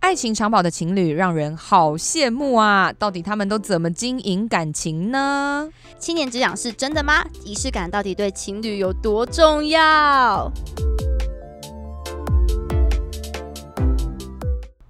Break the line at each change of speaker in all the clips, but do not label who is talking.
爱情长跑的情侣让人好羡慕啊！到底他们都怎么经营感情呢？
七年之痒是真的吗？仪式感到底对情侣有多重要？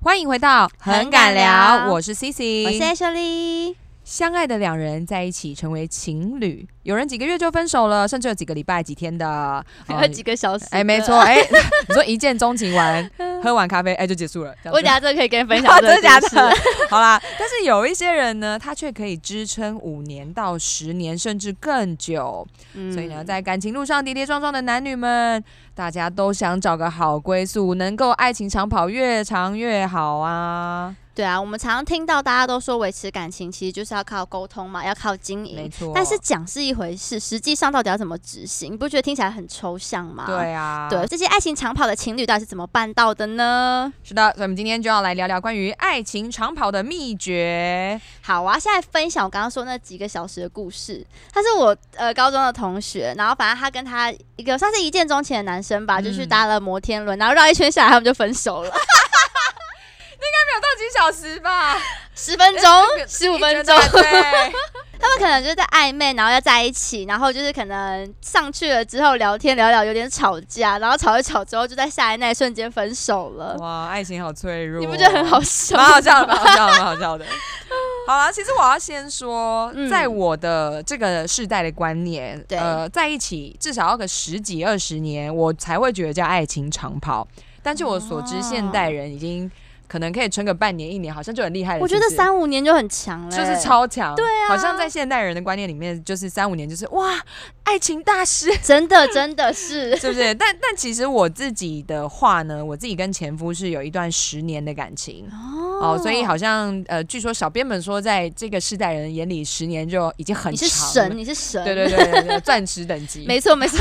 欢迎回到
很敢聊
我是 C C，
我是 Ashley。
相爱的两人在一起成为情侣，有人几个月就分手了，甚至有几个礼拜、几天的，
有
呃
几个小时？
哎，没错，。哎， 你说一见钟情 完，喝完咖啡，哎，就结束了。这样
我
子
等下真的可以跟你分享
啊
这个
真的假
故事
的？好啦， 但是有一些人呢，他却可以支撑五年到十年，甚至更久。
嗯
所以呢，在感情路上跌跌撞撞的男女们，大家都想找个好归宿，能够爱情长跑越长越好啊。
对啊，我们常常听到大家都说维持感情其实就是要靠沟通嘛，要靠经
没
营。
错，
但是讲是一回事，实际上到底要怎么执行？你不觉得听起来很抽象吗？
对啊，
对，这些爱情长跑的情侣到底是怎么办到的呢？
是的，所以我们今天就要来聊聊关于爱情长跑的秘 诀。
好，我要现在分享我刚刚说那几个小时的故事。他是我呃高中的同学，然后反正他跟他一个算是一见钟情的男生吧，就去
嗯
搭了摩天轮，然后绕一圈下来他们就分手 了，
到几小时吧，
十分 钟、十五分钟，
对。
他们可能就是在暧昧，然后要在一起，然后就是可能上去了之后聊天聊聊有点吵架，然后吵一吵之后就在下一那一瞬间分手了。
哇，爱情好脆弱，哦
你不觉得很好？笑？
蛮好笑的，蛮好笑的，蛮好笑 的。好啊啦，其实我要先说，
嗯
在我的这个世代的观念，
对
呃，在一起至少要个十几二十年，我才会觉得叫爱情长跑。但就我所知，
哦
现代人已经可能可以撑个半年一年，好像就很厉害了。
我觉得
是不是
三五年就很强了、
就是超强，对
啊
好像在现代人的观念里面，就是三五年就是哇，爱情大师，
真的真的是
是不是？但但其实我自己的话呢，我自己跟前夫是有一段十年的感 情。
哦
哦，所以好像呃，据说小编们说，在这个世代人眼里，十年就已经很
你
长
是
了。
神，你是神，
对对对对对，钻石等级。
没错没错，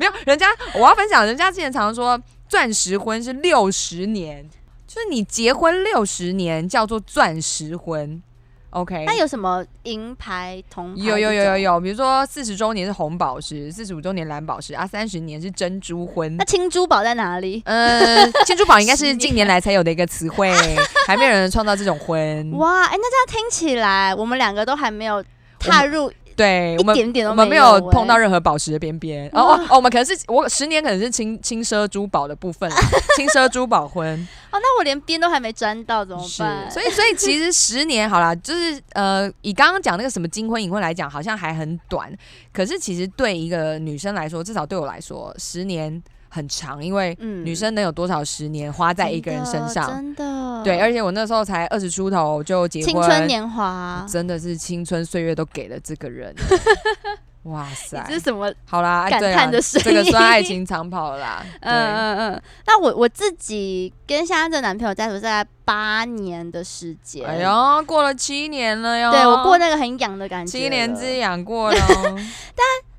没有人家，我要分享，人家之前常说钻石婚是六十年，就是你结婚六十年叫做钻石婚。OK，
那有什么银牌、铜牌？
哎有有有有。有，比如说四十周年是红宝石，啊四十五周年蓝宝石啊，三十年是珍珠婚
那。青珠宝在哪里？
呃，珍珠宝应该
十
是
年
近年来才有的一个词 汇，还没有人创造这种婚。
哇，哎、那这样听起来，我们两个都还没有踏入
对，
一
我们
点点都
我们
没
没
有
有碰到
哎
任何宝石的边边。哦哦哦，我们可能是我十年可能是轻轻奢珠宝的部分啦，轻奢珠宝婚
哦，那我连边都还没沾到， 怎么
是。
办？
所以所以其实十年好啦，就是呃，以刚刚讲那个什么金婚银婚来讲，好像还很短。可是其实对一个女生来说，至少对我来说，十年很长，因为
嗯
女生能有多少十年花在一个人身上？
真的，真的
对，而且我那时候才二十出头就结婚，
青春年华，
真的是青春岁月都给了这个 人。哇塞！
这是什么？
好啦，哎
感
对
叹
啦
的声
这个算爱
音
情长跑 啦。对，
嗯嗯嗯。那我我自己跟现在的男朋友在一起大概八年的时间，
哎，呦，过了七年了哟。
对我过那个很痒的感觉了，
七年之痒 过了哦。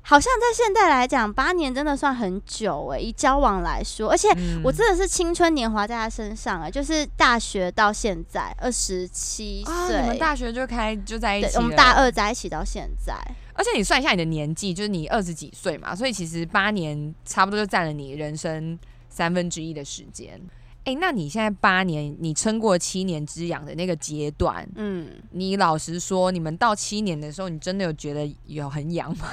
好像在现在来讲，八年真的算很久哎、以交往来说，而且
嗯
我真的是青春年华在他身上哎、就是大学到现在二十七
啊，你们
岁，
大学就开就在一
对
起，
我们
了
大二，在一起到现在，
而且你算一下你的年纪，就是你二十几岁嘛，所以其实八年差不多就占了你人生三分之一的时间。哎，那你现在八年，你撑过七年之痒的那个阶段，
嗯，
你老实说，你们到七年的时候，你真的有觉得有很痒吗？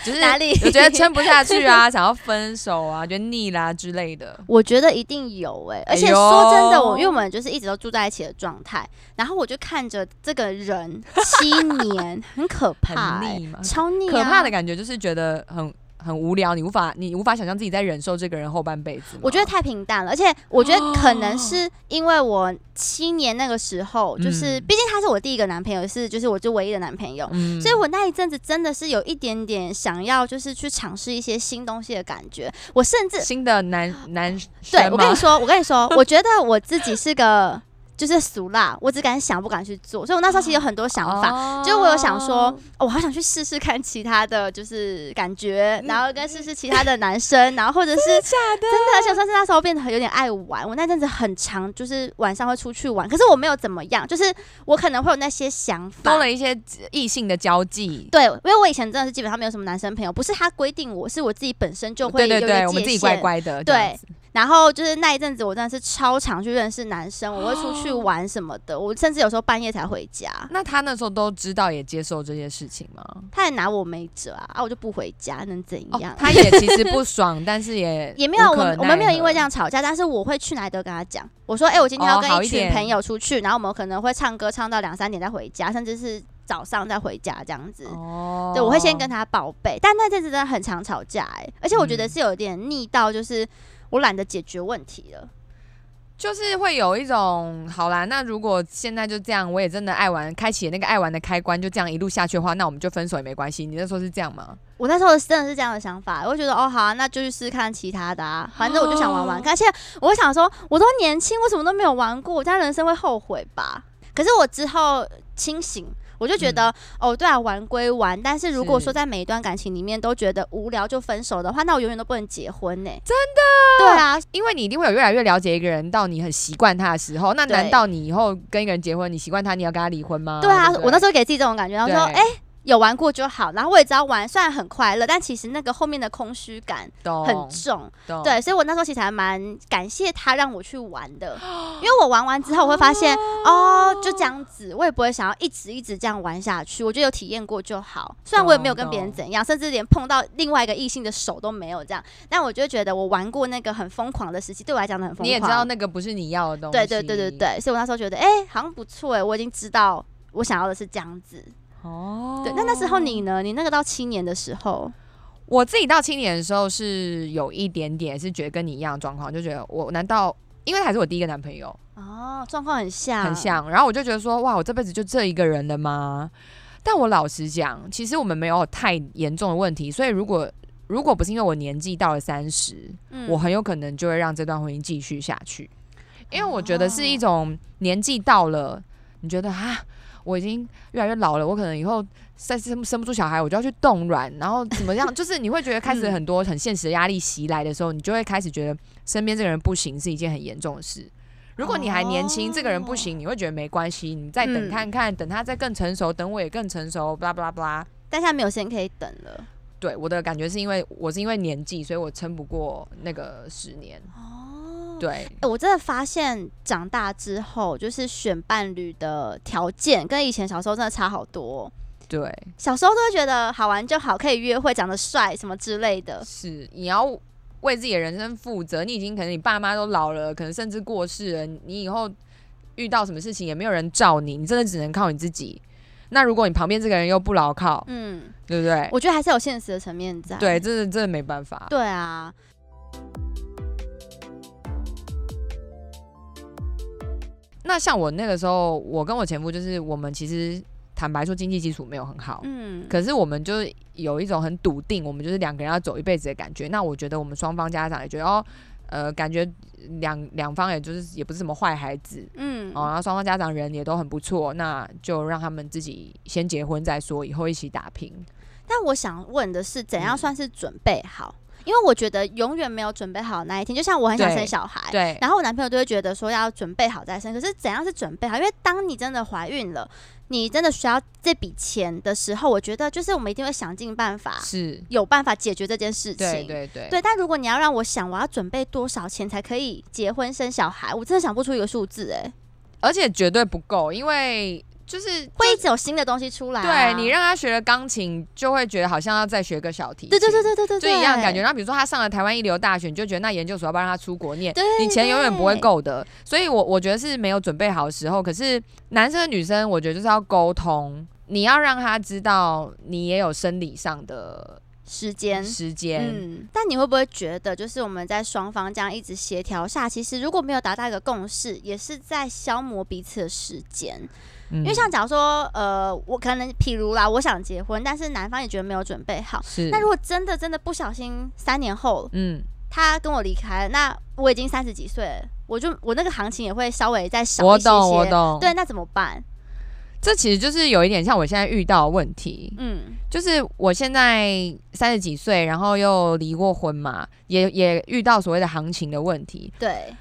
就是
哪里
我觉得撑不下去啊，想要分手啊，觉得腻啦之类的。
我觉得一定有哎、而且
哎呦
说真的，我因为我们就是一直都住在一起的状态，然后我就看着这个人七年，很可怕、
很
哎
腻吗
超腻、啊，
可怕的。感觉就是觉得很很无聊，你无法你无法想象自己在忍受这个人后半辈子吗。
我觉得太平淡了，而且我觉得可能是因为我七年那个时候，就是
哦嗯
毕竟他是我第一个男朋友，也是就是我就唯一的男朋友，
嗯
所以我那一阵子真的是有一点点想要就是去尝试一些新东西的感觉。我甚至
新的男男
对
生
我跟
吗
你？说，我跟 你说，我觉得我自己是个就是俗辣，我只敢想不敢去做，所以我那时候其实有很多想法。
法
就是我有想说，哦我好想去试试看其他的就是感觉，然后跟试试其他的男生，然后或者是
假嗯的，
真的，而且甚至那时候变得有点爱玩。我那阵子很长，就是晚上会出去玩，可是我没有怎么样，就是我可能会有那些想法。
多了一些异性的交际。
对，因为我以前真的是基本上没有什么男生朋友，不是他规定我，是我自己本身就会
对
有
对
一个
对，
界
我们自己
限
乖乖的。这样
对
子，
然后就是那一阵子，我真的是超常去认识男生，我会出去
哦
玩什么的，我甚至有时候半夜才回家。
那他那时候都知道也接受这些事情吗？
他也拿我没辙啊，啊，我就不回家，能怎
哦
样？，
他也其实不爽，但是也
也没有，
无
我
可
们我们没有因为这
奈
样吵架，但是我会去哪里都跟他讲。我说，哎、我今天
哦
要跟
好
一
一
群
点
朋友出去，然后我们可能会唱歌唱到两三点再回家，甚至是早上再回家这样子。
何哦，
对，我会先跟他报备，但那阵子真的很常吵架、哎，而且我觉得
嗯
是有点腻到，就是我懒得解决问题了。
就是会有一种好啦，那如果现在就这样，我也真的爱玩，开启那个爱玩的开关，就这样一路下去的话，那我们就分手也没关系。你那时候是这样吗？
我那时候真的是这样的想法，我会觉得哦好、啊，那就去试试看其他的啊，反正我就想玩玩看。而且我会想说，我都年轻，我什么都没有玩过，我这样人生会后悔吧？可是我之后清醒，我就觉得、哦，对啊，玩归玩，但是如果
是
说在每一段感情里面都觉得无聊就分手的话，那我永远都不能结婚呢、真的？对啊，
因为你一定会有越来越了解一个人，到你很习惯他的时候，那
对啊
难道你以后跟一个人结婚，你习惯他，你要跟他离婚吗？
对啊，
不
我那时候给自己这种感觉，然后说，
对
哎、有玩过就好，然后我也知道玩虽然很快乐，但其实那个后面的空虚感
懂
很重。
懂
对，所以我那时候其实还蛮感谢他让我去玩 的，因为我玩完之后我会发现，哦，就这样子，我也不会想要一直一直这样玩下去。我觉得有体验过就好，虽然我也没有跟别人
懂
怎样，甚至连碰到另外一个异性的手都没有这样，但我就觉得我玩过那个很疯狂的时期，对我来讲很疯狂。
你也知道那个不是你要的东西。
对对对对。对，所以我那时候觉得，哎、好像不错哎、我已经知道我想要的是这样子。
哦，
对，那那时候你呢？你那个到七年的时候，
我自己到青年的时候是有一点点是觉得跟你一样的状况，就觉得我难道因为他还是我第一个男朋友，
哦，状况很像，
很像。然后我就觉得说，哇，我这辈子就这一个人了吗？但我老实讲，其实我们没有太严重的问题，所以如果如果不是因为我年纪到了三十、
嗯，
我很有可能就会让这段婚姻继续下去，因为我觉得是一种年纪到了，你觉得啊。我已经越来越老了，我可能以后再生生不出小孩，我就要去冻卵，然后怎么样？就是你会觉得开始
嗯
很多很现实的压力袭来的时候，你就会开始觉得身边这个人不行是一件很严重的事。如果你还年轻，这个人不行，你会觉得没关系，你再等
嗯
看看，等他再更成熟，等我也更成熟，巴拉巴拉巴拉。
但现在没有时间可以等了。
对我的感觉是因为我是因为年纪，所以我撑不过那个十年。
哦，
对，
欸我真的发现长大之后，就是选伴侣的条件跟以前小时候真的差好多哦、
对，
小时候都会觉得好玩就好，可以约会，长得帅什么之类的。
是你要为自己的人生负责。你已经可能你爸妈都老了，可能甚至过世了，你以后遇到什么事情也没有人罩你，你真的只能靠你自己。那如果你旁边这个人又不牢靠，
嗯，
对不对？
我觉得还是有现实的层面在。
对，这是真的没办法。
对啊。
那像我那个时候，我跟我前夫就是我们其实坦白说经济基础没有很好，
嗯，
可是我们就是有一种很笃定，我们就是两个人要走一辈子的感觉。那我觉得我们双方家长也觉得哦，呃，感觉两两方也就是也不是什么坏孩子。
嗯，
哦，然后双方家长人也都很不错，那就让他们自己先结婚再说，以后一起打拼。
但我想问的是，怎样
嗯
算是准备好？因为我觉得永远没有准备好那一天。就像我很想
对
生小孩，
对，
然后我男朋友都会觉得说要准备好再生，可是怎样是准备好？因为当你真的怀孕了，你真的需要这笔钱的时候，我觉得就是我们一定会想尽办法，
是，
有办法解决这件事情。
对对对，
对但如果你要让我想我要准备多少钱才可以结婚生小孩，我真的想不出一个数字哎、
而且绝对不够，因为就是
会一直有新的东西出来、啊。
对你让他学了钢琴，就会觉得好像要再学个小提琴。
对对对对对对
就
对，
一样的感觉。。然后比如说他上了台湾一流大学，你就觉得那研究所要不要让他出国念，
对
你钱永远不会
对
够的。所以我我觉得是没有准备好的时候。可是男生跟女生，我觉得就是要沟通，你要让他知道你也有生理上的
时间。
时间。
嗯，但你会不会觉得，就是我们在双方这样一直协调下，其实如果没有达到一个共识，也是在消磨彼此的时间。
嗯
因为像假如说，呃，我可能譬如啦，我想结婚，但是男方也觉得没有准备好。
是
那如果真的真的不小心三年后
嗯
他跟我离开了，那我已经三十几岁了，我就我那个行情也会稍微再少
我
一些些。
懂我懂，
对，，那怎么办？
这其实就是有一点像我现在遇到的问题，
嗯，
就是我现在三十几岁，然后又离过婚嘛，也也遇到所谓的行情的问题。
对，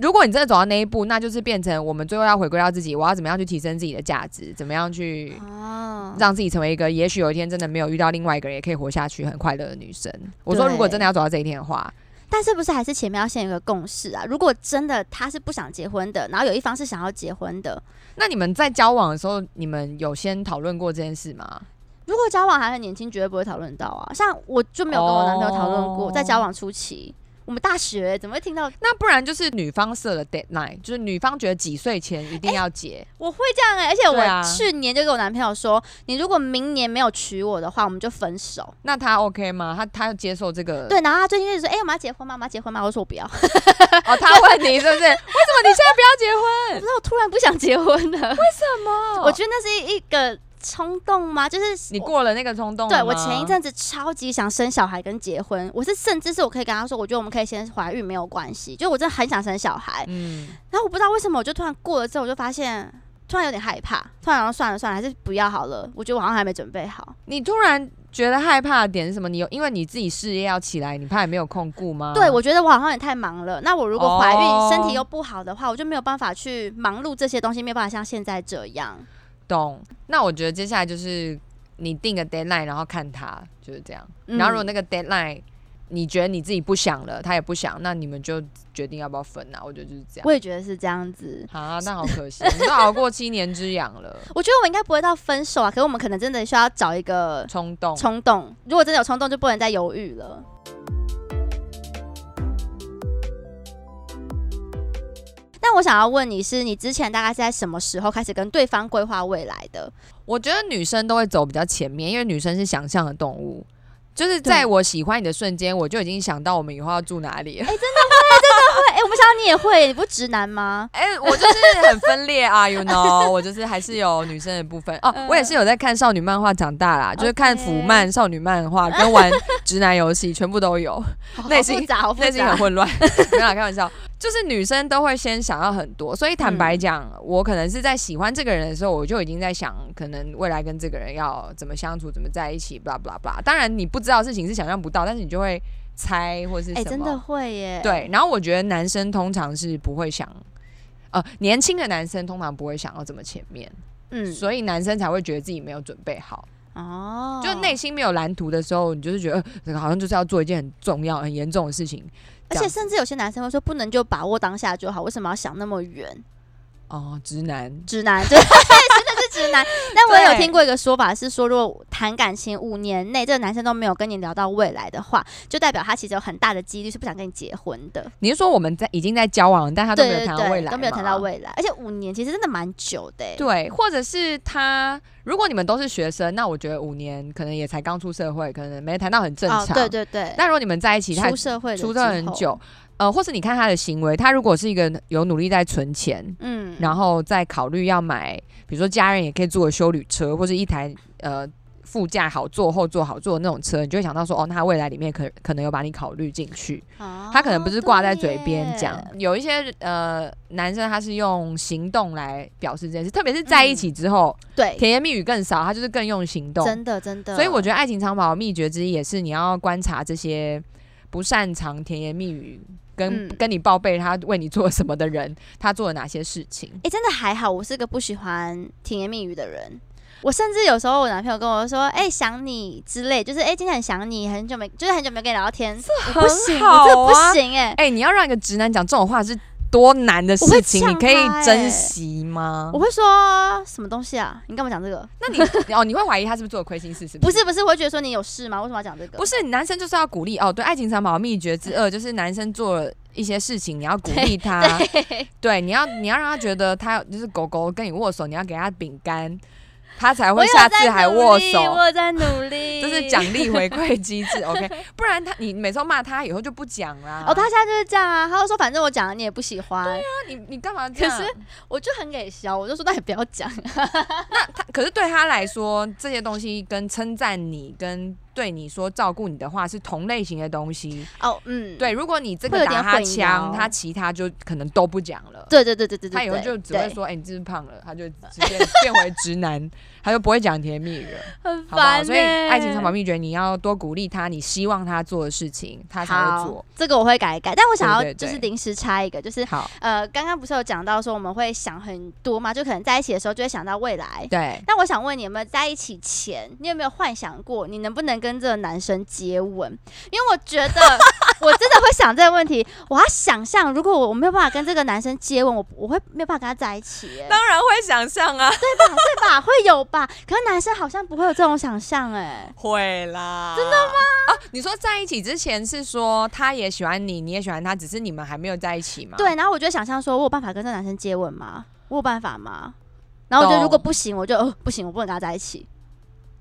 如果你真的走到那一步，那就是变成我们最后要回归到自己，我要怎么样去提升自己的价值，怎么样去
哦，
让自己成为一个也许有一天真的没有遇到另外一个人也可以活下去很快乐的女生。我说，
对
如果真的要走到这一天的话，
但是不是还是前面要先有一个共识啊？如果真的他是不想结婚的，然后有一方是想要结婚的，
那你们在交往的时候，你们有先讨论过这件事吗？
如果交往还很年轻，绝对不会讨论到啊。像我就没有跟我男朋友讨论过，
哦
在交往初期，我们大学怎么会听到？
那不然就是女方设了 deadline，就是女方觉得几岁前一定要结。
我会这样哎、而且
对啊
我去年就跟我男朋友说，你如果明年没有娶我的话，我们就分手。
那他 OK 吗？他他接受这个？
对，然后他最近就说，哎、我们要结婚吗？我们要结婚吗？我说我不要，可
哦，他问你是不 是？为什么你现在不要结婚？
是 我突然不想结婚了。
哦
我觉得那是一个冲动吗？就是
你
我
过了那个冲动了
对
吗
我前一阵子超级想生小孩跟结婚，我是甚至是我可以跟他说，我觉得我们可以先怀孕没有关系，就我真的很想生小孩。
嗯，
然后我不知道为什么，我就突然过了之后，我就发现突然有点害怕，突然想说算了算了，还是不要好了。我觉得我好像还没准备好。
你突然觉得害怕的点是什么？你有因为你自己事业要起来，你怕也没有空顾吗？
对，我觉得我好像也太忙了。那我如果怀孕，
嗯哦
身体又不好的话，我就没有办法去忙碌这些东西，没有办法像现在这样。
懂。那我觉得接下来就是你定个 deadline，然后看他就是这样。
嗯
然后如果那个 deadline 你觉得你自己不想了，他也不想，那你们就决定要不要分啊？我觉得就是这样
我。也觉得是这样子。
啊，那好可惜，你都熬过七年之痒了，
我觉得我应该不会到分手啊，可是我们可能真的需要找一个
冲动。
冲动。如果真的有冲动，就不能再犹豫了。但我想要问你是，你之前大概是在什么时候开始跟对方规划未来的？
我觉得女生都会走比较前面，因为女生是想象的动物。就是在
对
我喜欢你的瞬间，我就已经想到我们以后要住哪里了。
对，哎、我不知道你也会，你不是直男吗？
哎、我就是很分裂啊，you know，我 就是还是有女生的部分哦。
嗯
我也是有在看少女漫画长大啦，就是看
OK
腐漫、少女漫画跟玩直男游戏，全部都有，
好
内
好
心
复杂，好复
内心很
杂。
混乱。没有啦，开玩笑，就是女生都会先想要很多，所以坦
嗯
白讲，我可能是在喜欢这个人的时候，我就已经在想，可能未来跟这个人要怎么相处、怎么在一起，blah blah blah。当然，你不知道的事情是想象不到，但是你就会猜或是
哎、
什么。
真的会耶。，
对，然后我觉得男生通常是不会想，呃，年轻的男生通常不会想要这么前面，
嗯，
所以男生才会觉得自己没有准备好，
哦，
就内心没有蓝图的时候，你就是觉得、呃这个好像就是要做一件很重要、很严重的事情
而
这
且
样
甚至有些男生会说，不能就把握当下就好，为什么要想那么远？
哦、直男。
直男， 对，真的是直 男。但我也有
对
听过一个说法是说，如果谈感情五年内，这个男生都没有跟你聊到未来的话，就代表他其实有很大的几率是不想跟你结婚的。
你是说我们在已经在交往，但他啊都
对
没有
对
谈到未
对，
来，
都没有谈到。未来，而且五年其实真的蛮久的欸、
对，或者是他，如果你们都是学生，那我觉得五年可能也才刚出社会，可能没谈到很正常。
哦，对对对，
但如果你们在一起，他
出社会了
出
之
道很
后
久，，呃，或是你看他的行为，他如果是一个有努力在存钱，
嗯
然后再考虑要买，比如说家人也可以坐的修旅车，或是一台呃副驾好坐、后座好坐的那种车，你就会想到说，哦，那他未来里面可可能有把你考虑进去，
哦
他可能不是挂在嘴边
对
讲
耶。
有一些呃男生他是用行动来表示这件事，特别是在一起之后，
对，
甜言蜜语更少，他就是更用行动。
嗯真的真的。
所以我觉得爱情长跑的秘诀之一也是你要观察这些不擅长甜言蜜语跟、
嗯
跟你报备他为你做了什么的人，他做了哪些事情。
哎、真的还好，我是个不喜欢甜言蜜语的人。我甚至有时候我男朋友跟我说：“哎、想你之类，就是哎、今天很想你，很久没就是很久没跟你聊到天，我不 行，
很好
我真的
啊
不行哎、
哎、你要让一个直男讲这种话是多难的事情，
我
你
会呛他
可
欸
以珍惜吗
我？会说什么东西啊？你干嘛讲这个？
那你哦，你会怀疑他是不是做了亏心事？是
不
是？
是不是，我会觉得说你有事吗？为什么要讲这个？
不是，男生就是要鼓励哦。对，爱情长跑的秘诀之二就是男生做了一些事情，你要鼓励他。
嗯对，
对，你要你要让他觉得他就是狗狗跟你握手，你要给他饼干，他才
我
会
有
下
在
次还
努
握
力
手。
我有在努 力，
这是奖。励回馈机制 ，OK？不然他你每次都骂他，以后就不讲啦。
哦，他现在就是这样啊，他就说反正我讲了你也不喜欢，
你你干嘛这样？
可是我就很给笑，我就说那你不要讲，啊
他可是对他来说，这些东西跟称赞你、跟对你说照顾你的话是同类型的东西。
哦，嗯，
对，如果你这个
会有点
打他
混
枪，
淆
他其他就可能都不讲了。
对对对对对对，
他以后
对
就只会
对
说：“哎、你是不是胖了？”他就直接变回直男，他就不会讲甜言蜜语了，
很
好不好？
烦、欸。
所以爱情长跑秘诀，你要多鼓励他，你希望他做的事情，他才会做
好。，这个我会改一改。但我想
对
要
对
就
对
是临时插一个，就是
好，
呃，刚刚不是有讲到说我们会想很多嘛，就可能在一起的时候就会想到未来。
对。
那我想问你有没有在一起前，你有没有幻想过你能不能跟这个男生接吻，因为我觉得 我真的会想这个问题。我要想象，如果我没有办法跟这个男生接吻，我我会没有办法跟他在一起、 耶
当然会想象 啊，
对吧？对吧？会有吧？可是男生好像不会有这种想象，哎，
会啦，真的吗？啊，你说在一起之前是说他也喜欢你，你也喜欢他，只是你们还没有在一起吗？
对。然后我就想象说，我有办法跟这个男生接吻吗？我有办法吗？然后我觉得
懂
如果不行，我就、哦、不行，我不能跟他在一起。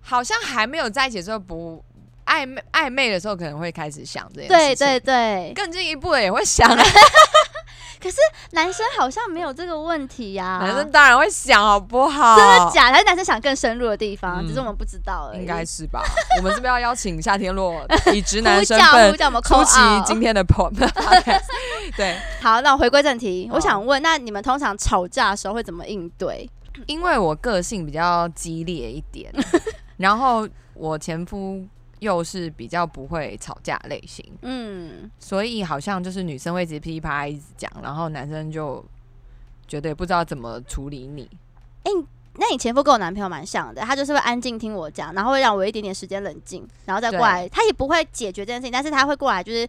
好像还没有在一起的时候不暧昧暧昧的时候，可能会开始想这件
对
事情。
对对，
更进一步的也会想啊，
男生好像没有这个问题呀、
男生当然会想，好不好？
啊真的假的？还是男生想更深入的地方，
嗯
只是我们不知道而已。
应该是吧？我们是不是要邀请夏天 洛以直
呼
男身
叫呼
份
叫我们
出
call
席
out
今天的 pod- podcast？对，
好，那我回归正题，
好
我想问，那你们通常吵架的时候会怎么应对？
因为我个性比较激烈一 点，然后我前夫又是比较不会吵架类型，
嗯，
所以好像就是女生会一直噼里啪啦一直讲，然后男生就觉得也不知道怎么处理你。
那你前夫跟我男朋友蛮像的，他就是会安静听我讲，然后会让我有一点点时间冷静，然后再过来。他也不会解决这件事情，但是他会过来就是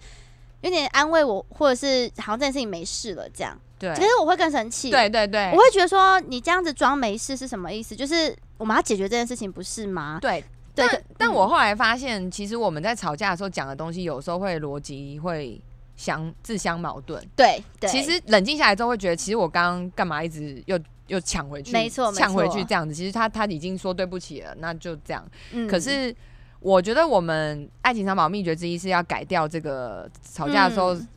有点安慰我，或者是好像这件事情没事了这样。
对
可，是我会更生气，
对对对
我，会觉得说你这样子装没事是什么意思？就是我们要解决这件事情不是吗？
对。
对，
但
可
但
嗯
我后来发现，其实我们在吵架的时候讲的东西，有时候会逻辑会相自相矛盾。
对对，
其实冷静下来之后，会觉得其实我刚刚干嘛一直又又抢回去，
没错没
抢回
错
去这样子。其实他他已经说对不起了，那就这样。
嗯
可是我觉得我们爱情长跑秘诀之一是要改掉这个吵架的时候
嗯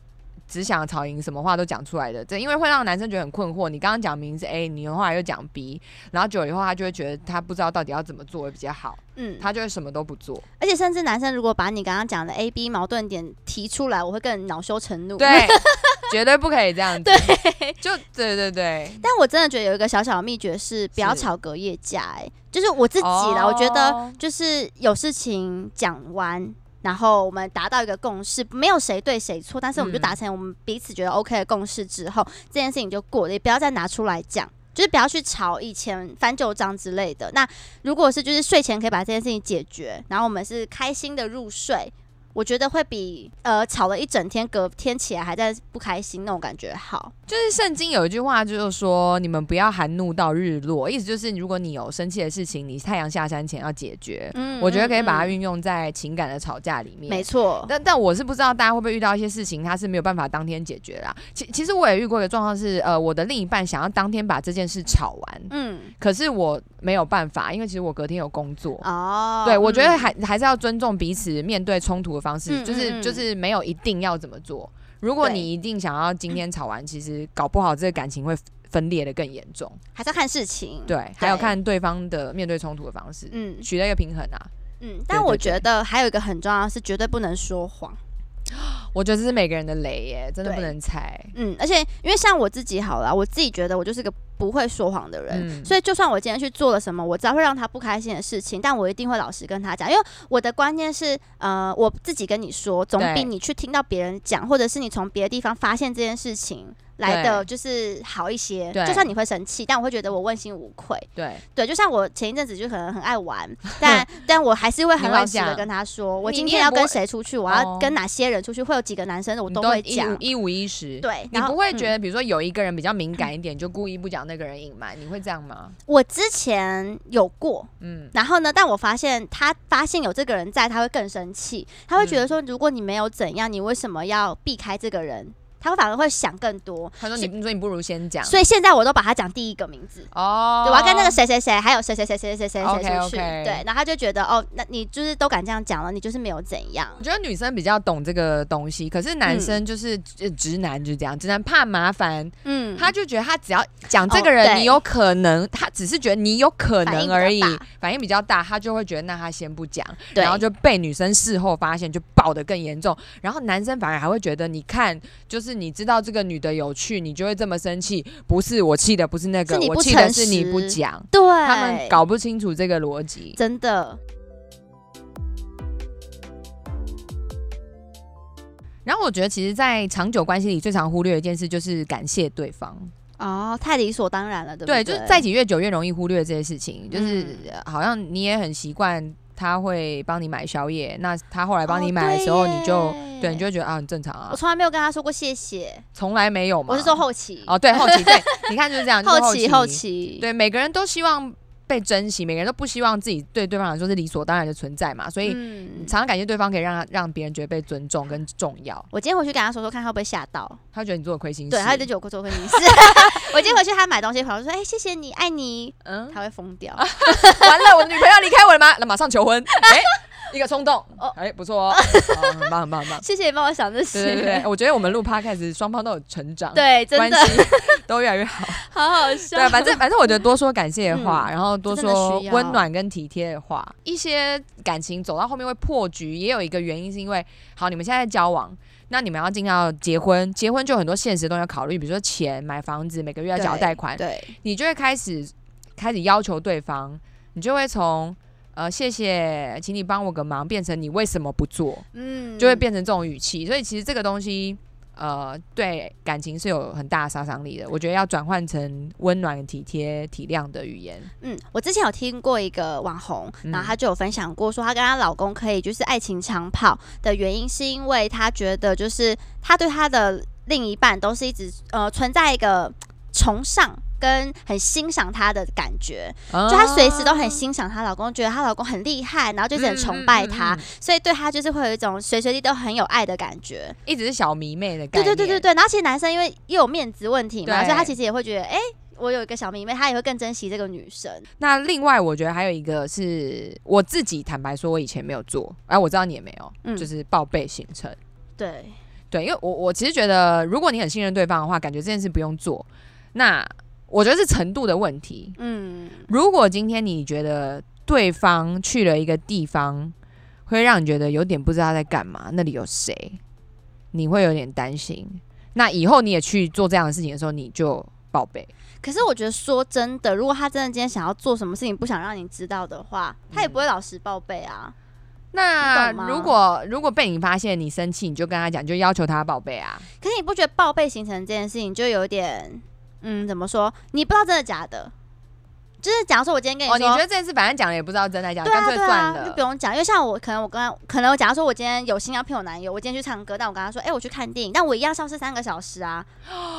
只想吵赢，什么话都讲出来的，这因为会让男生觉得很困惑。你刚刚讲明是 A，你后来又讲 B，然后久了以后他就会觉得他不知道到底要怎么做会比较好，
嗯，
他就会什么都不做。
而且甚至男生如果把你刚刚讲的 A B 矛盾点提出来，我会更恼羞成怒。
对，绝对不可以这 样子。对，就对对对，
但我真的觉得有一个小小的秘诀是，不要
是
吵隔夜架、哎，就是我自己啦，
哦
我觉得就是有事情讲完。然后我们达到一个共识，没有谁对谁错，但是我们就
嗯
达成我们彼此觉得 OK 的共识之后，这件事情就过了，也不要再拿出来讲，就是不要去吵以前翻旧账之类的。那如果是就是睡前可以把这件事情解决，然后我们是开心的入睡，我觉得会比呃吵了一整天，隔天起来还在不开心那种感觉好。
就是圣经有一句话，就是说你们不要含怒到日落，意思就是如果你有生气的事情，你太阳下山前要解决。
嗯
我觉得可以把它
嗯
运用在情感的吵架里面。
没错，
但但我是不知道大家会不会遇到一些事情，他是没有办法当天解决啦。其其实我也遇过一个状况是，呃，我的另一半想要当天把这件事吵完，
嗯，
可是我没有办法，因为其实我隔天有工作。
哦，
对，我觉得
嗯
还还是要尊重彼此面对冲突的方式，
嗯
就
嗯嗯
是就是没有一定要怎么做。如果
对
你一定想要今天吵完，其实搞不好这个感情会分裂的更严重。
还是要看事情。，
对，还有看对方的面对冲突的方式，
嗯
取得一个平衡啊。
嗯，但
对
我
对
觉得还有一个很重要的是，绝对不能说谎。
我觉得这是每个人的雷耶，真的
对
不能猜。
嗯，而且因为像我自己好了，我自己觉得我就是个不会说谎的人，
嗯
所以就算我今天去做了什么，我知道会让他不开心的事情，但我一定会老实跟他讲，因为我的观念是，呃，我自己跟你说，总比
对
你去听到别人讲，或者是你从别的地方发现这件事情来的就是好一些。
对
就算你会生气，但我会觉得我问心无愧。
对，
对，就像我前一阵子就可能很爱玩， 但但我还是会很
你老
老实的
讲
跟他说，我
啊你
今
你
天
也
要
不
跟
会
谁出去，我要
哦
跟哪些人出去，会有几个男生的我
你
都会
一
讲
五。一五一十。
对，
你
然后
不会
嗯
觉得，比如说有一个人比较 敏感一点，就故意不讲那个人隐瞒，你会这样吗？
我之前有过，
嗯，
然后呢，但我发现他发现有这个人在，他会更生气，他会觉
嗯
得说，如果你没有怎样，你为什么要避开这个人？他会反而会想更多。
他说你，你说你不如先讲。
所以现在我都把他讲第一个名字。
哦，
对，我要跟那个谁谁谁，还有谁谁谁谁谁谁谁
OK，
出去
OK
对，然后他就觉得哦，那你就是都敢这样讲了，你就是没有怎样，
我觉得女生比较懂这个东西，可是男生就是、呃直男就是这样，直男怕麻烦，
嗯，
他就觉得他只要讲这个人，
哦对
你有可能，他只是觉得你有可能而已
反应比较，
反应比较大，他就会觉得那他先不讲，
对
然后就被女生事后发现，就爆得更严重，然后男生反而还会觉得，你看，就是你知道这个女的有趣，你就会这么生气，不是我气的不是那个，
是你不
我气的
诚
是你不
实
讲，
对，
他们搞不清楚这个逻辑。
真的，
然后我觉得，其实，在长久关系里，最常忽略的一件事就是感谢对方。
哦，太理所当然了，对不
对，就
对？
是在一起越久越容易忽略这些事情，就是、
嗯
呃好像你也很习惯他会帮你买宵夜，那他后来帮你买的时候，
哦
你就
耶
对，你就会觉得啊，很正常啊
我，从来没有跟他说过谢谢，
从来没有嘛。
我是说后期，
哦，对，后期对， 你看就是这样，就是
后期后
后，
期，
对，每个人都希望被珍惜，每个人都不希望自己对对方来说是理所当然的存在嘛，所以
嗯，
常常感谢对方可以让他让别人觉得被尊重跟重要，
我今天回去跟他说说看，他会不会吓到？
他觉得你做的亏心事，
对，他就觉得我做 亏心事。我今天回去，他买东西回来，我说：“哎、谢谢你，爱你。”
嗯，
他会疯掉。
完了，我的女朋友离开我了吗？那马上求婚， 哎、一个冲动
哦，
哎、不 错哦，啊很棒很棒很棒，
谢谢你帮我想这
对对
些，
对对，我觉得我们录 podcast 双方都有成长，，
对
关
真的
系都越来 越好，
好好笑。
对，反正反正我觉得多说感谢的
嗯
话，然后多
这真的
说
需要
温暖跟体贴的话，
嗯
一些感情走到后面会破局，也有一个原因是因为，好，你们现在在交往，那你们要进到结婚，结婚就有很多现实的东西要考虑，比如说钱、买房子，每个月要缴
对
贷款，
对，
你就会开始开始要求对方，你就会从呃谢谢，请你帮我个忙，变成你为什么不做，
嗯
就会变成这种语气。所以其实这个东西，呃，对感情是有很大的杀伤力的。我觉得要转换成温暖、体贴、体谅的语言。
嗯，我之前有听过一个网红，
嗯
然后她就有分享过，说她跟她老公可以就是爱情长跑的原因，是因为她觉得就是她对她的另一半都是一直呃存在一个崇尚。跟很欣赏她的感觉，
就
就她随
啊
时都很欣赏她老公，觉得她老公很厉害，然后就是很崇拜他，所以对她就是会有一种随随地都很有爱的感觉。
一直是小迷妹的概
对
念。
对对对
对。
对，然后其实男生因为又有面子问题嘛，
对
所以他其实也会觉得，哎、我有一个小迷妹，他也会更珍惜这个女生。
那另外，我觉得还有一个是我自己坦白说，我以前没有做，哎、我知道你也没有，
嗯
就是报备行程。
对，
对，因为我我其实觉得，如果你很信任对方的话，感觉这件事不用做。那我觉得是程度的问题。
嗯，
如果今天你觉得对方去了一个地方，会让你觉得有点不知道他在干嘛，那里有谁，你会有点担心。那以后你也去做这样的事情的时候，你就报备。
可是我觉得说真的，如果他真的今天想要做什么事情，不想让你知道的话，他也不会老实报备啊。
那
你懂吗
如果如果被你发现你生气，你就跟他讲，你就要求他报备啊。
可是你不觉得报备行程这件事情就有点，嗯，怎么说？你不知道真的假的，就是假如说我今天跟
哦，
哎你
你
说。
觉得这件事反正讲了也不知道真的假的，
对
干、
啊，
脆
对
算
啊，就
了
不。用讲，因为像我可能我跟他可能我假如说我今天有心要骗我男友，我今天去唱歌，但我跟他说，哎、我去看电影，但我一样消失三个小时啊，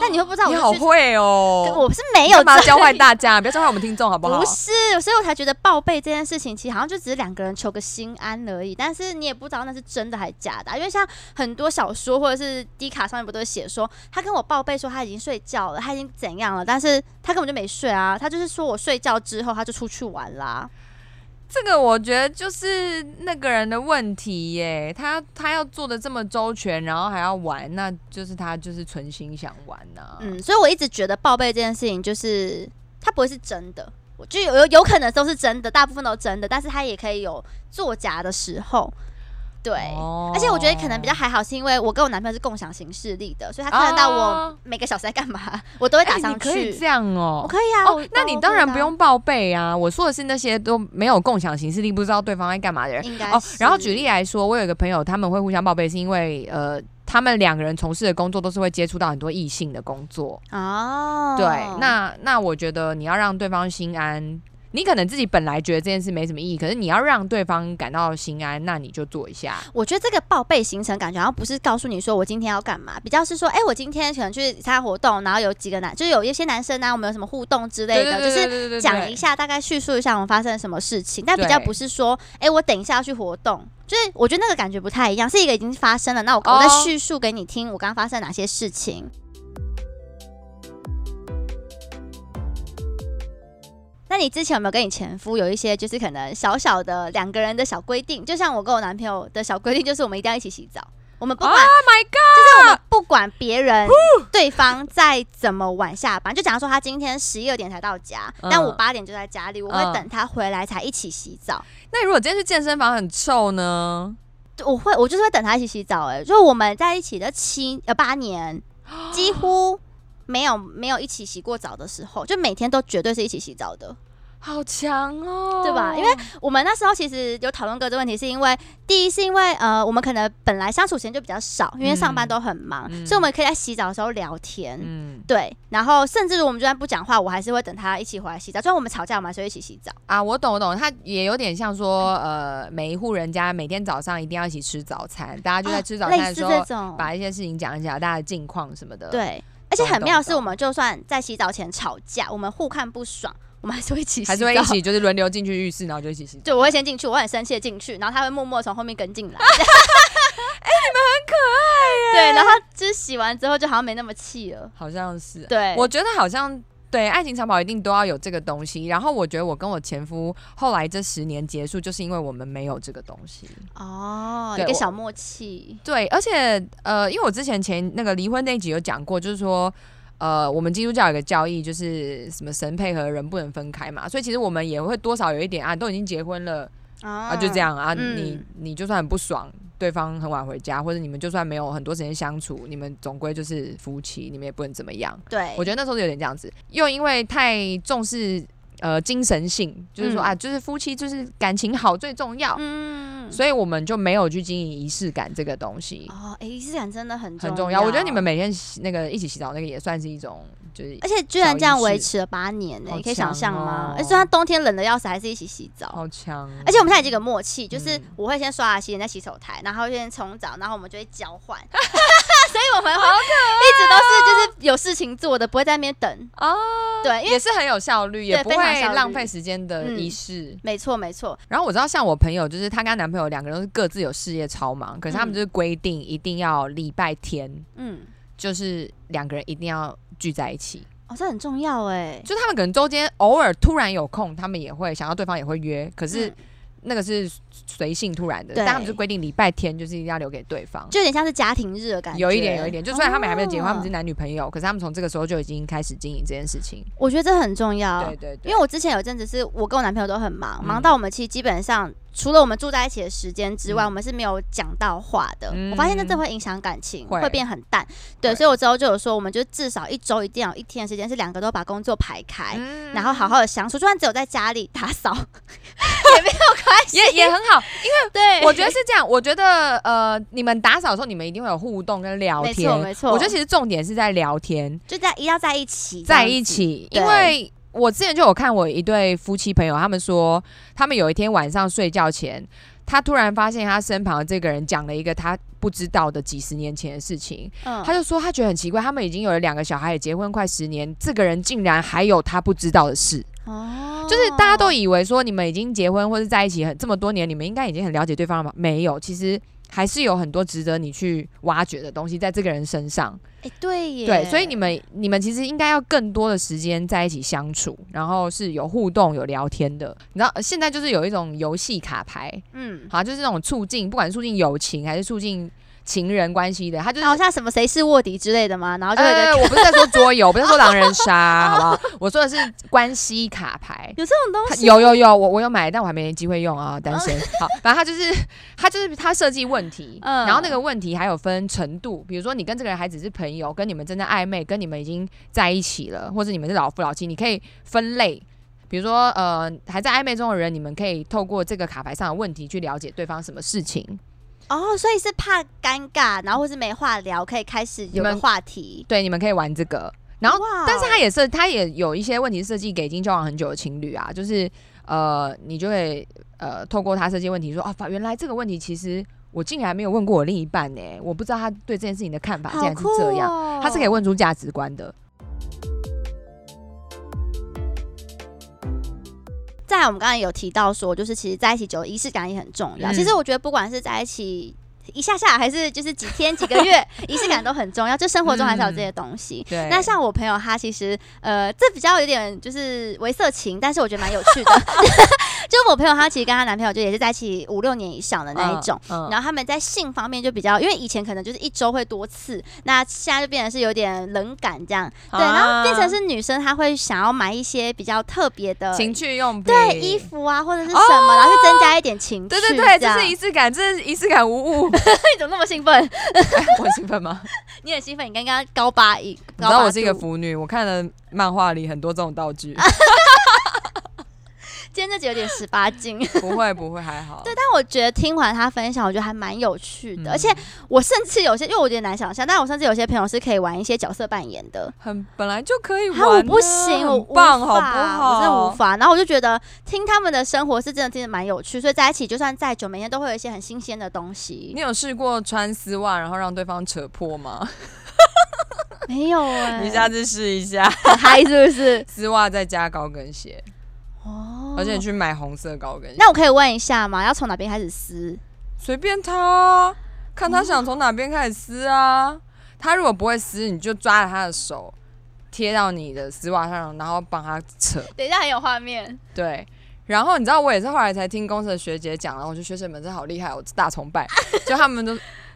但你会不知道
你
我
好
就去，
会哦，
我是没
你
有
干嘛要
这
教坏大家？不要教坏我们听众好不好？
是，所以我才觉得报备这件事情，其实好像就只是两个人求个心安而已。但是你也不知道那是真的还是假的啊、因为像很多小说或者是低卡上面不都会写说，他跟我报备说他已经睡觉了，他已经怎样了，但是他根本就没睡啊，他就是说我睡觉之后他就出去玩啦。
这个我觉得就是那个人的问题耶，他他要做的这么周全，然后还要玩，那就是他就是存心想玩呐、
嗯，所以我一直觉得报备这件事情就是它不会是真的。我就有有有可能都是真的，大部分都是真的，但是它也可以有作假的时候，对。
哦
而且我觉得可能比较还好，是因为我跟我男朋友是共享行事历的，所以他看得到
哦
我每个小时在干嘛，我都会打
哎
上
你
去。
可以这样
我
哦。
可以啊，我
哦，那你当然不，用报备啊！我说的是那些都没有共享形式力，不知道对方在干嘛的
我
人
可以啊应该
哦。然后
是
举例来说，我有一个朋友，他们会互相报备，是因为呃，他们两个人从事的工作都是会接触到很多异性的工作，
哦，
对，那那我觉得你要让对方心安，你可能自己本来觉得这件事没什么意义，可是你要让对方感到心安，那你就做一下。
我觉得这个报备行程感觉好像不是告诉你说我今天要干嘛，比较是说，哎、我今天可能去参加活动，然后有几个男，就是有一些男生啊呢、我们有什么互动之类的，就是
是
讲一。下，大概叙述一下我们发生了什么事情，但比较
对
不是说，哎、我等一下要去活动，就是我觉得那个感觉不太一样，是一个已经发生了，那我
哦
我再叙述给你听，我刚刚发生哪些事情。那你之前有没有跟你前夫有一些就是可能小小的两个人的小规定？就像我跟我男朋友的小规定，就是我们一定要一起洗澡，我们不
Oh
管
my god！
就是我们不管别人对方再怎么晚下班，就假如说他今天十一二点才到家，
嗯
但我八点就在家里，我
嗯
会等他回来才一起洗澡。
那如果今天去健身房很臭呢？
我会，我就是会等他一起洗澡、欸。哎，就是我们在一起的七呃 八年，几乎没有没有一起洗过澡的时候，就每天都绝对是一起洗澡的。
好强哦，
对吧因为我们那时候其实有讨论过这个问题，是因为第一是因为呃，我们可能本来相处时间就比较少，因为上班都很忙，
嗯
所以我们可以在洗澡的时候聊天。
嗯
对，然后甚至我们就算不讲话，我还是会等他一起回来洗澡。就算我们吵架，我们还是会一起洗澡。
啊，我懂我懂，他也有点像说，呃，每一户人家每天早上一定要一起吃早餐，大家就在吃早餐
啊类
的
似
时候，
这种，
把一些事情讲一讲，大家的近况什么的。，
对。而且
懂
很
懂
妙的是，
懂
我们就算在洗澡前吵架，我们互看不爽，我们还是会一起洗澡，
还是会一起就是轮流进去浴室，然后就一起洗澡。
就我会先进去，我很生气的进去，然后他会默默从后面跟进 来。哎、
哎
你们很可爱耶！对，然后就是洗完之后就好像没那么气了。
好像是，
对，
我觉得好像。对，爱情长跑一定都要有这个东西。然后我觉得我跟我前夫后来这十年结束，就是因为我们没有这个东西。
哦，一
对
个
我
小默契。
对，而且呃，因为我之前前那个离婚那一集有讲过，就是说。呃，我们基督教有一个教义，就是什么神配合人不能分开嘛，所以其实我们也会多少有一点啊，都已经结婚了啊，
啊
就这。样啊，
嗯
你你就算很不爽，对方很晚回家，或者你们就算没有很多时间相处，你们总归就是夫妻，你们也不能怎么样。
啊对，
我觉得那时候有点这样子，又因为太重视呃精神性，就是说、
嗯
啊，就是夫妻就是感情好最重要，
嗯，
所以我们就没有去经营仪式感这个东西。
哦，哎、仪式感真的很
很重
重
要。我觉得你们，每天洗那个一起洗澡那个也算是一种，就是
而且居然这
小仪
样
式
维持了八年呢、
好
你可以想象
强哦
吗？而且他冬天冷的要死，还是一起洗澡。
好强。
而且我们现在有这个默契，就是
嗯
我会先刷牙洗脸，再洗手台，然后先冲澡，然后我们就会交 换，所以我们好一直都是就是有事情做的，不会在那边等。
哦，
对，因为
也是很有效率，也
对
不
非常
会
效率嗯
浪费时间的仪式。
没错没错，
然后我知道，像我朋友，就是她跟她男朋友两个人都是各自有事业超忙，可是他们
嗯
就是规定一定要礼拜天，
嗯，
就是两个人一定要聚在一起。
哦，这很重要哎，
就是他们可能周间偶尔突然有空，他们也会想要对方也会约，可是
嗯
那个是随性突然的。
对
但他们就规定礼拜天就是一定要留给对方。
就有点像是家庭日的感觉，
有一点，有一点，就虽然他们还没有结婚，
哦
他们只是男女朋友，可是他们从这个时候就已经开始经营这件事情。
我觉得这很重要
对。对对，
因为我之前有一阵子是我跟我男朋友都很忙，
嗯
忙到我们其实基本上除了我们住在一起的时间之外，
嗯
我们是没有讲到话的。
嗯
我发现那真的会影响感情，
会
会变很淡。对，
会
所以我之后就有说，我们就至少一周一定要有一天的时间是两个都把工作排开。
嗯
然后好好的相处，就算只有在家里打扫，
也也很 好。
对
我觉得是这样，我觉得呃，你们打扫的时候，你们一定会有互动跟聊
没
天
错。没错。
我觉得其实重点是在聊天，
就在一定要在一起，
在一，起，
对
因为。我之前就有看我一对夫妻朋友，他们说他们有一天晚上睡觉前，他突然发现他身旁的这个人讲了一个他不知道的几十年前的事情，
嗯
他就说他觉得很奇怪，他们已经有了两个小孩，也结婚快十年，这个人竟然还有他不知道的事，
哦
就是大家都以为说你们已经结婚或是在一起很这么多年，你们应该已经很了解对方了吧？没有，其实还是有很多值得你去挖掘的东西在这个人身上。
哎对耶，
对，所以你们你们其实应该要更多的时间在一起相处，然后是有互动、有聊天的。你知道呃现在就是有一种游戏卡牌，
嗯，
好像就是那种促进，不管促进友情还是促进情人关系的，它就是
然后像什么谁是卧底之类的嘛，然后就会有一个
呃，我不是在说桌游，不是在说狼人 杀，好不好？我说的是关系卡牌。
有这种东
它
西，
有有有，我我有买，但我还没机会用啊，单身。好，反正它就是它就是它设计问题，
嗯
然后那个问题还有分程度，比如说你跟这个人还只是朋友，跟你们真的暧昧，跟你们已经在一起了，或者你们是老夫老妻，你可以分类。比如说，呃，还在暧昧中的人，你们可以透过这个卡牌上的问题去了解对方什么事情。
哦，所以是怕尴尬，然后或是没话聊，可以开始有
你
个
们
话题。
对，你们可以玩这个。然后
哇哦
但是他也是，他也有一些问题设计给已经交往很久的情侣啊，就是呃，你就会呃透过他设计问题说，哦，发原来这个问题其实我竟然没有问过我另一半呢、我不知道他对这件事情的看法竟
好
然是
酷
这样，
哦！
他是可以问出价值观的。
再来，我们刚才有提到说，就是其实在一起久了，仪式感也很重要。
嗯
其实我觉得，不管是在一起一下下，还是就是几天、几个 月，仪式感都很重要。就生活中还是有这些东西。
对，
那像我朋友，他其实呃，这比较有点就是为色情，但是我觉得蛮有趣的。就我朋友，她其实跟她男朋友就也是在一起五六年以上的那一种。
嗯，嗯
然后他们在性方面就比较，因为以前可能就是一周会多次，那现在就变成是有点冷感这样，对，然后变成
啊
是女生她会想要买一些比较特别的
情趣用品，
对衣。服啊或者是什么，然后去增加一点情趣，
对对对，这
样
是仪式感，这是仪式感无误。
你怎么那么兴奋？
哎我很兴奋 吗？
你很兴奋，你刚刚高八 一，
你知道
高八
我是一个
度
腐女，我看了漫画里很多这种道具。
天这集有点十八禁，
不会不会还好。对，
但我觉得听完他分享，我觉得还蛮有趣
嗯
的，而且我甚至有些，因为我有点难想象，但我甚至有些朋友是可以玩一些角色扮演的。
很本来就可以玩、
啊，我不行，我
很
无
棒好
法
不好？
我真的无。法。然后我就觉得听他们的生活是真的真的蛮有趣，所以在一起就算再久，每天都会有一些很新鲜的东西
你。有试过穿丝袜然后让对方扯破吗？
没有哎、
你下次试一下，
很嗨是不是？
丝袜再加高跟鞋，
哦，
而且你去买红色高跟鞋，
那我可以问一下吗？要从哪边开始撕？
随便他啊，看
哦
他想从哪边开始撕啊。他如果不会撕，你就抓着他的手，贴到你的丝袜上，然后帮他扯。
等一下很有画面，
对。然后你知道，我也是后来才听公司的学姐讲，然后我觉得学姐们真的好厉害，我大崇拜。就他们都，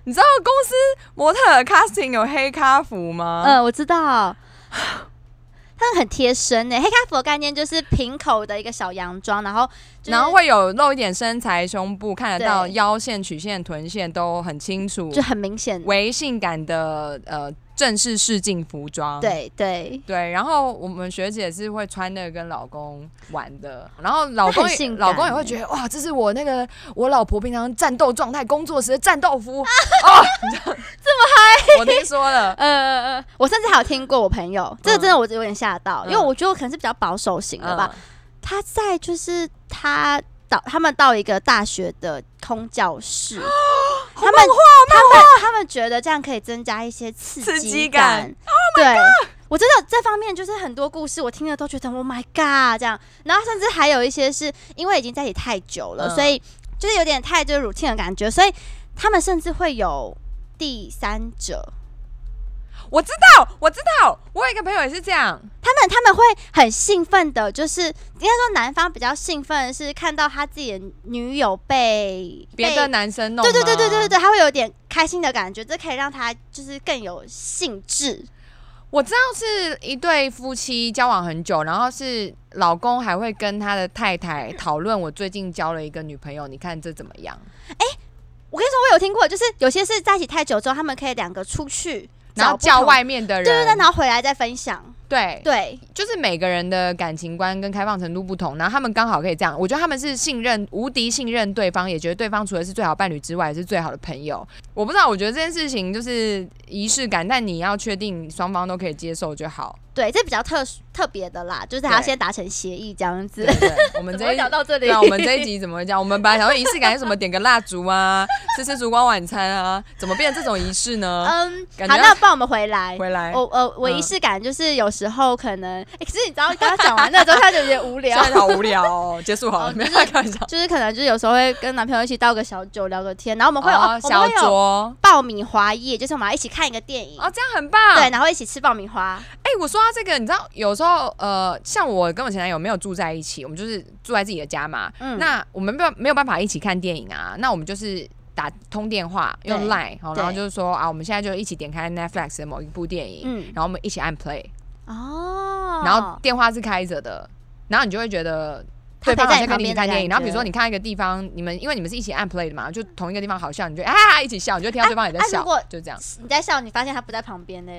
你知道公司模特儿 casting 有黑咖服吗？
嗯，我知道。它很贴身呢、欸黑咖服的概念就是平口的一个小洋装，然后、就是、
然后会有露一点身材、胸部看得到，
对
腰线、曲线、臀线都很清楚，
就很明显，
为性感的呃正式试镜服装。
对对，
对，然后我们学姐是会穿那个跟老公玩的，然后老
那
公
很
也
性
老公
感
也
欸
会觉得哇，这是我那个我老婆平常战斗状态工作时的战斗 服哦， 这么嗨，我听说了，
呃，我甚至还有听过我朋友，这个真的
嗯
我有点吓到，因为我觉得我可能是比较保守型的吧。他在就是他到他们到一个大学的空教室，
啊
他们他们他们觉得这样可以增加一些刺
刺激
激
感，Oh
感。对，我真的这方面就是很多故事我听了都觉得 Oh my God 这样，然后甚至还有一些是因为已经在一起太久了，
嗯
所以就是有点太就是 routine 的感觉，所以他们甚至会有第三者。
嗯，我知道，我知道，我有一个朋友也是这样，
他们他们会很兴奋的，就是应该说男方比较兴奋的是看到他自己的女友被
别的
被
男生弄，
对对对对对对，他会有点开心的感觉，这可以让他就是更有兴致。
我知道是一对夫妻交往很久，然后是老公还会跟他的太太讨论，我最近交了一个女朋友，你看这怎么样？
我跟你说，我有听过，就是有些是在一起太久之后，他们可以两个出去，
然后
找不
叫
同，
外面的人，
对对对，然后回来再分享。
对
对，
就是每个人的感情观跟开放程度不同，然后他们刚好可以这样。我觉得他们是信任无敌信任对方，也觉得对方除了是最好的伴侣之外，也是最好的朋友。我不知道，我觉得这件事情就是仪式感，但你要确定双方都可以接受就 好。
对，这比较特殊特别的啦，就是还要
对
先达成协议这样子
对。不对？我们
怎么
这
会
一
聊到这里？
对啊，我们这一集怎么会这样？我们本来想说仪式感是什么，点个蜡烛啊，吃吃烛光晚餐啊，怎么变成这种仪式 呢？
嗯，好，
感觉
那帮我们回来。
回来，
我呃，我
嗯
仪式感就是有时候可能，欸可是你知道，刚刚讲完那之后，他就有点无
现
聊，
在好无聊哦，结束好了，
哦
没有开玩笑。
就是可能就是有时候会跟男朋友一起倒个小酒，聊个天，然后我们会有、
哦
哦、我
小
们会有
酌
爆米花夜，就是我们要一起看一个电影，
哦，这样很棒。
对，然后一起吃爆米花，
哎、我说到这个，你知道有时候呃，像我跟我前男友没有住在一起，我们就是住在自己的家嘛。
嗯，
那我们没有没有办法一起看电影啊，那我们就是打通电话
对
用 Line，好，然后
对
就是说啊，我们现在就一起点开 Netflix 的某一部电影，
嗯，
然后我们一起按 Play，
哦，
然后电话是开着的，然后你就会觉得。
他
对
陪
方
在
好像
你
跟
旁
你一起
边的
看电影，
感
然后比如说
觉
你看一个地方，你们因为你们是一起按 play 的嘛，就同一个地方好笑，你就 啊一起笑，你就听到对方也在
啊
笑
如果，
就这样。
你在笑，你发现他不在旁边呢，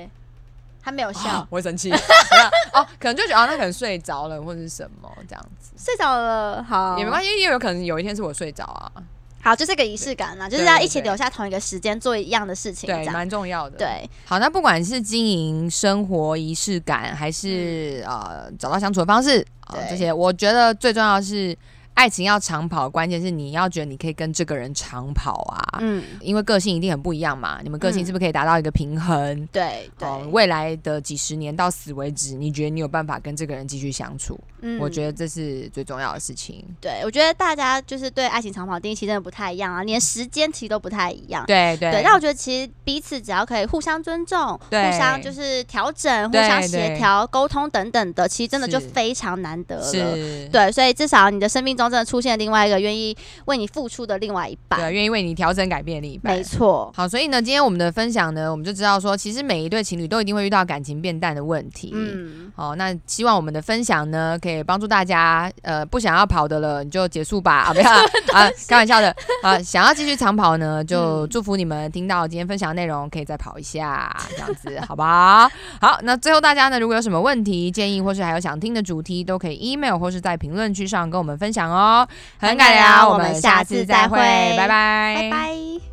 他没有笑，
我会生气。 没有哦，可能就觉得哦，那可能睡着了或者是什么这样子，
睡着了，好，
也没关系，因为有可能有一天是我睡着啊，
好，就是个仪式感啦，就是
对
要
对
一起
对
留下同一个时间做一样的事情，这
对，
样，
蛮重要的。，
对，
好，那不管是经营生活仪式感，还是、呃找到相处的方式，啊、
嗯对
这些我觉得最重要的是。爱情要长跑，关键是你要觉得你可以跟这个人长跑啊，
嗯，
因为个性一定很不一样嘛。你们个性
嗯
是不是可以达到一个平衡？
对对
哦，，未来的几十年到死为止，你觉得你有办法跟这个人继续相处？
嗯
我觉得这是最重要的事情。
对，我觉得大家就是对爱情长跑定义其实真的不太一样啊，连时间其实都不太一样。
对对
对，但我觉得其实彼此只要可以互相尊重、
对
互相就是调整、互
对
相
对
协调、沟通等等的，其实真的就是非常难得了。
是，
对，所以至少你的生命中真的出现另外一个愿意为你付出的另外一
对啊，
半。
愿意为你调整改变的另一半
没。错，
好，所以呢，今天我们的分享呢，我们就知道说，其实每一对情侣都一定会遇到感情变淡的问题。嗯，
嗯，
好，那希望我们的分享呢，可以帮助大家。呃，不想要跑的了，你就结束吧，啊，不要啊啊，开玩笑的啊。想要继续长跑呢，就
嗯
祝福你们听到今天分享的内容，可以再跑一下，这样子，好不好？ 好，那最后大家呢，如果有什么问题、建议，或是还有想听的主题，都可以 email 或是在评论区上跟我们分享哦。很感
很感
聊，
聊
我
我
们
们
下
下
次
次
再
再
会，
会
拜拜，
拜拜。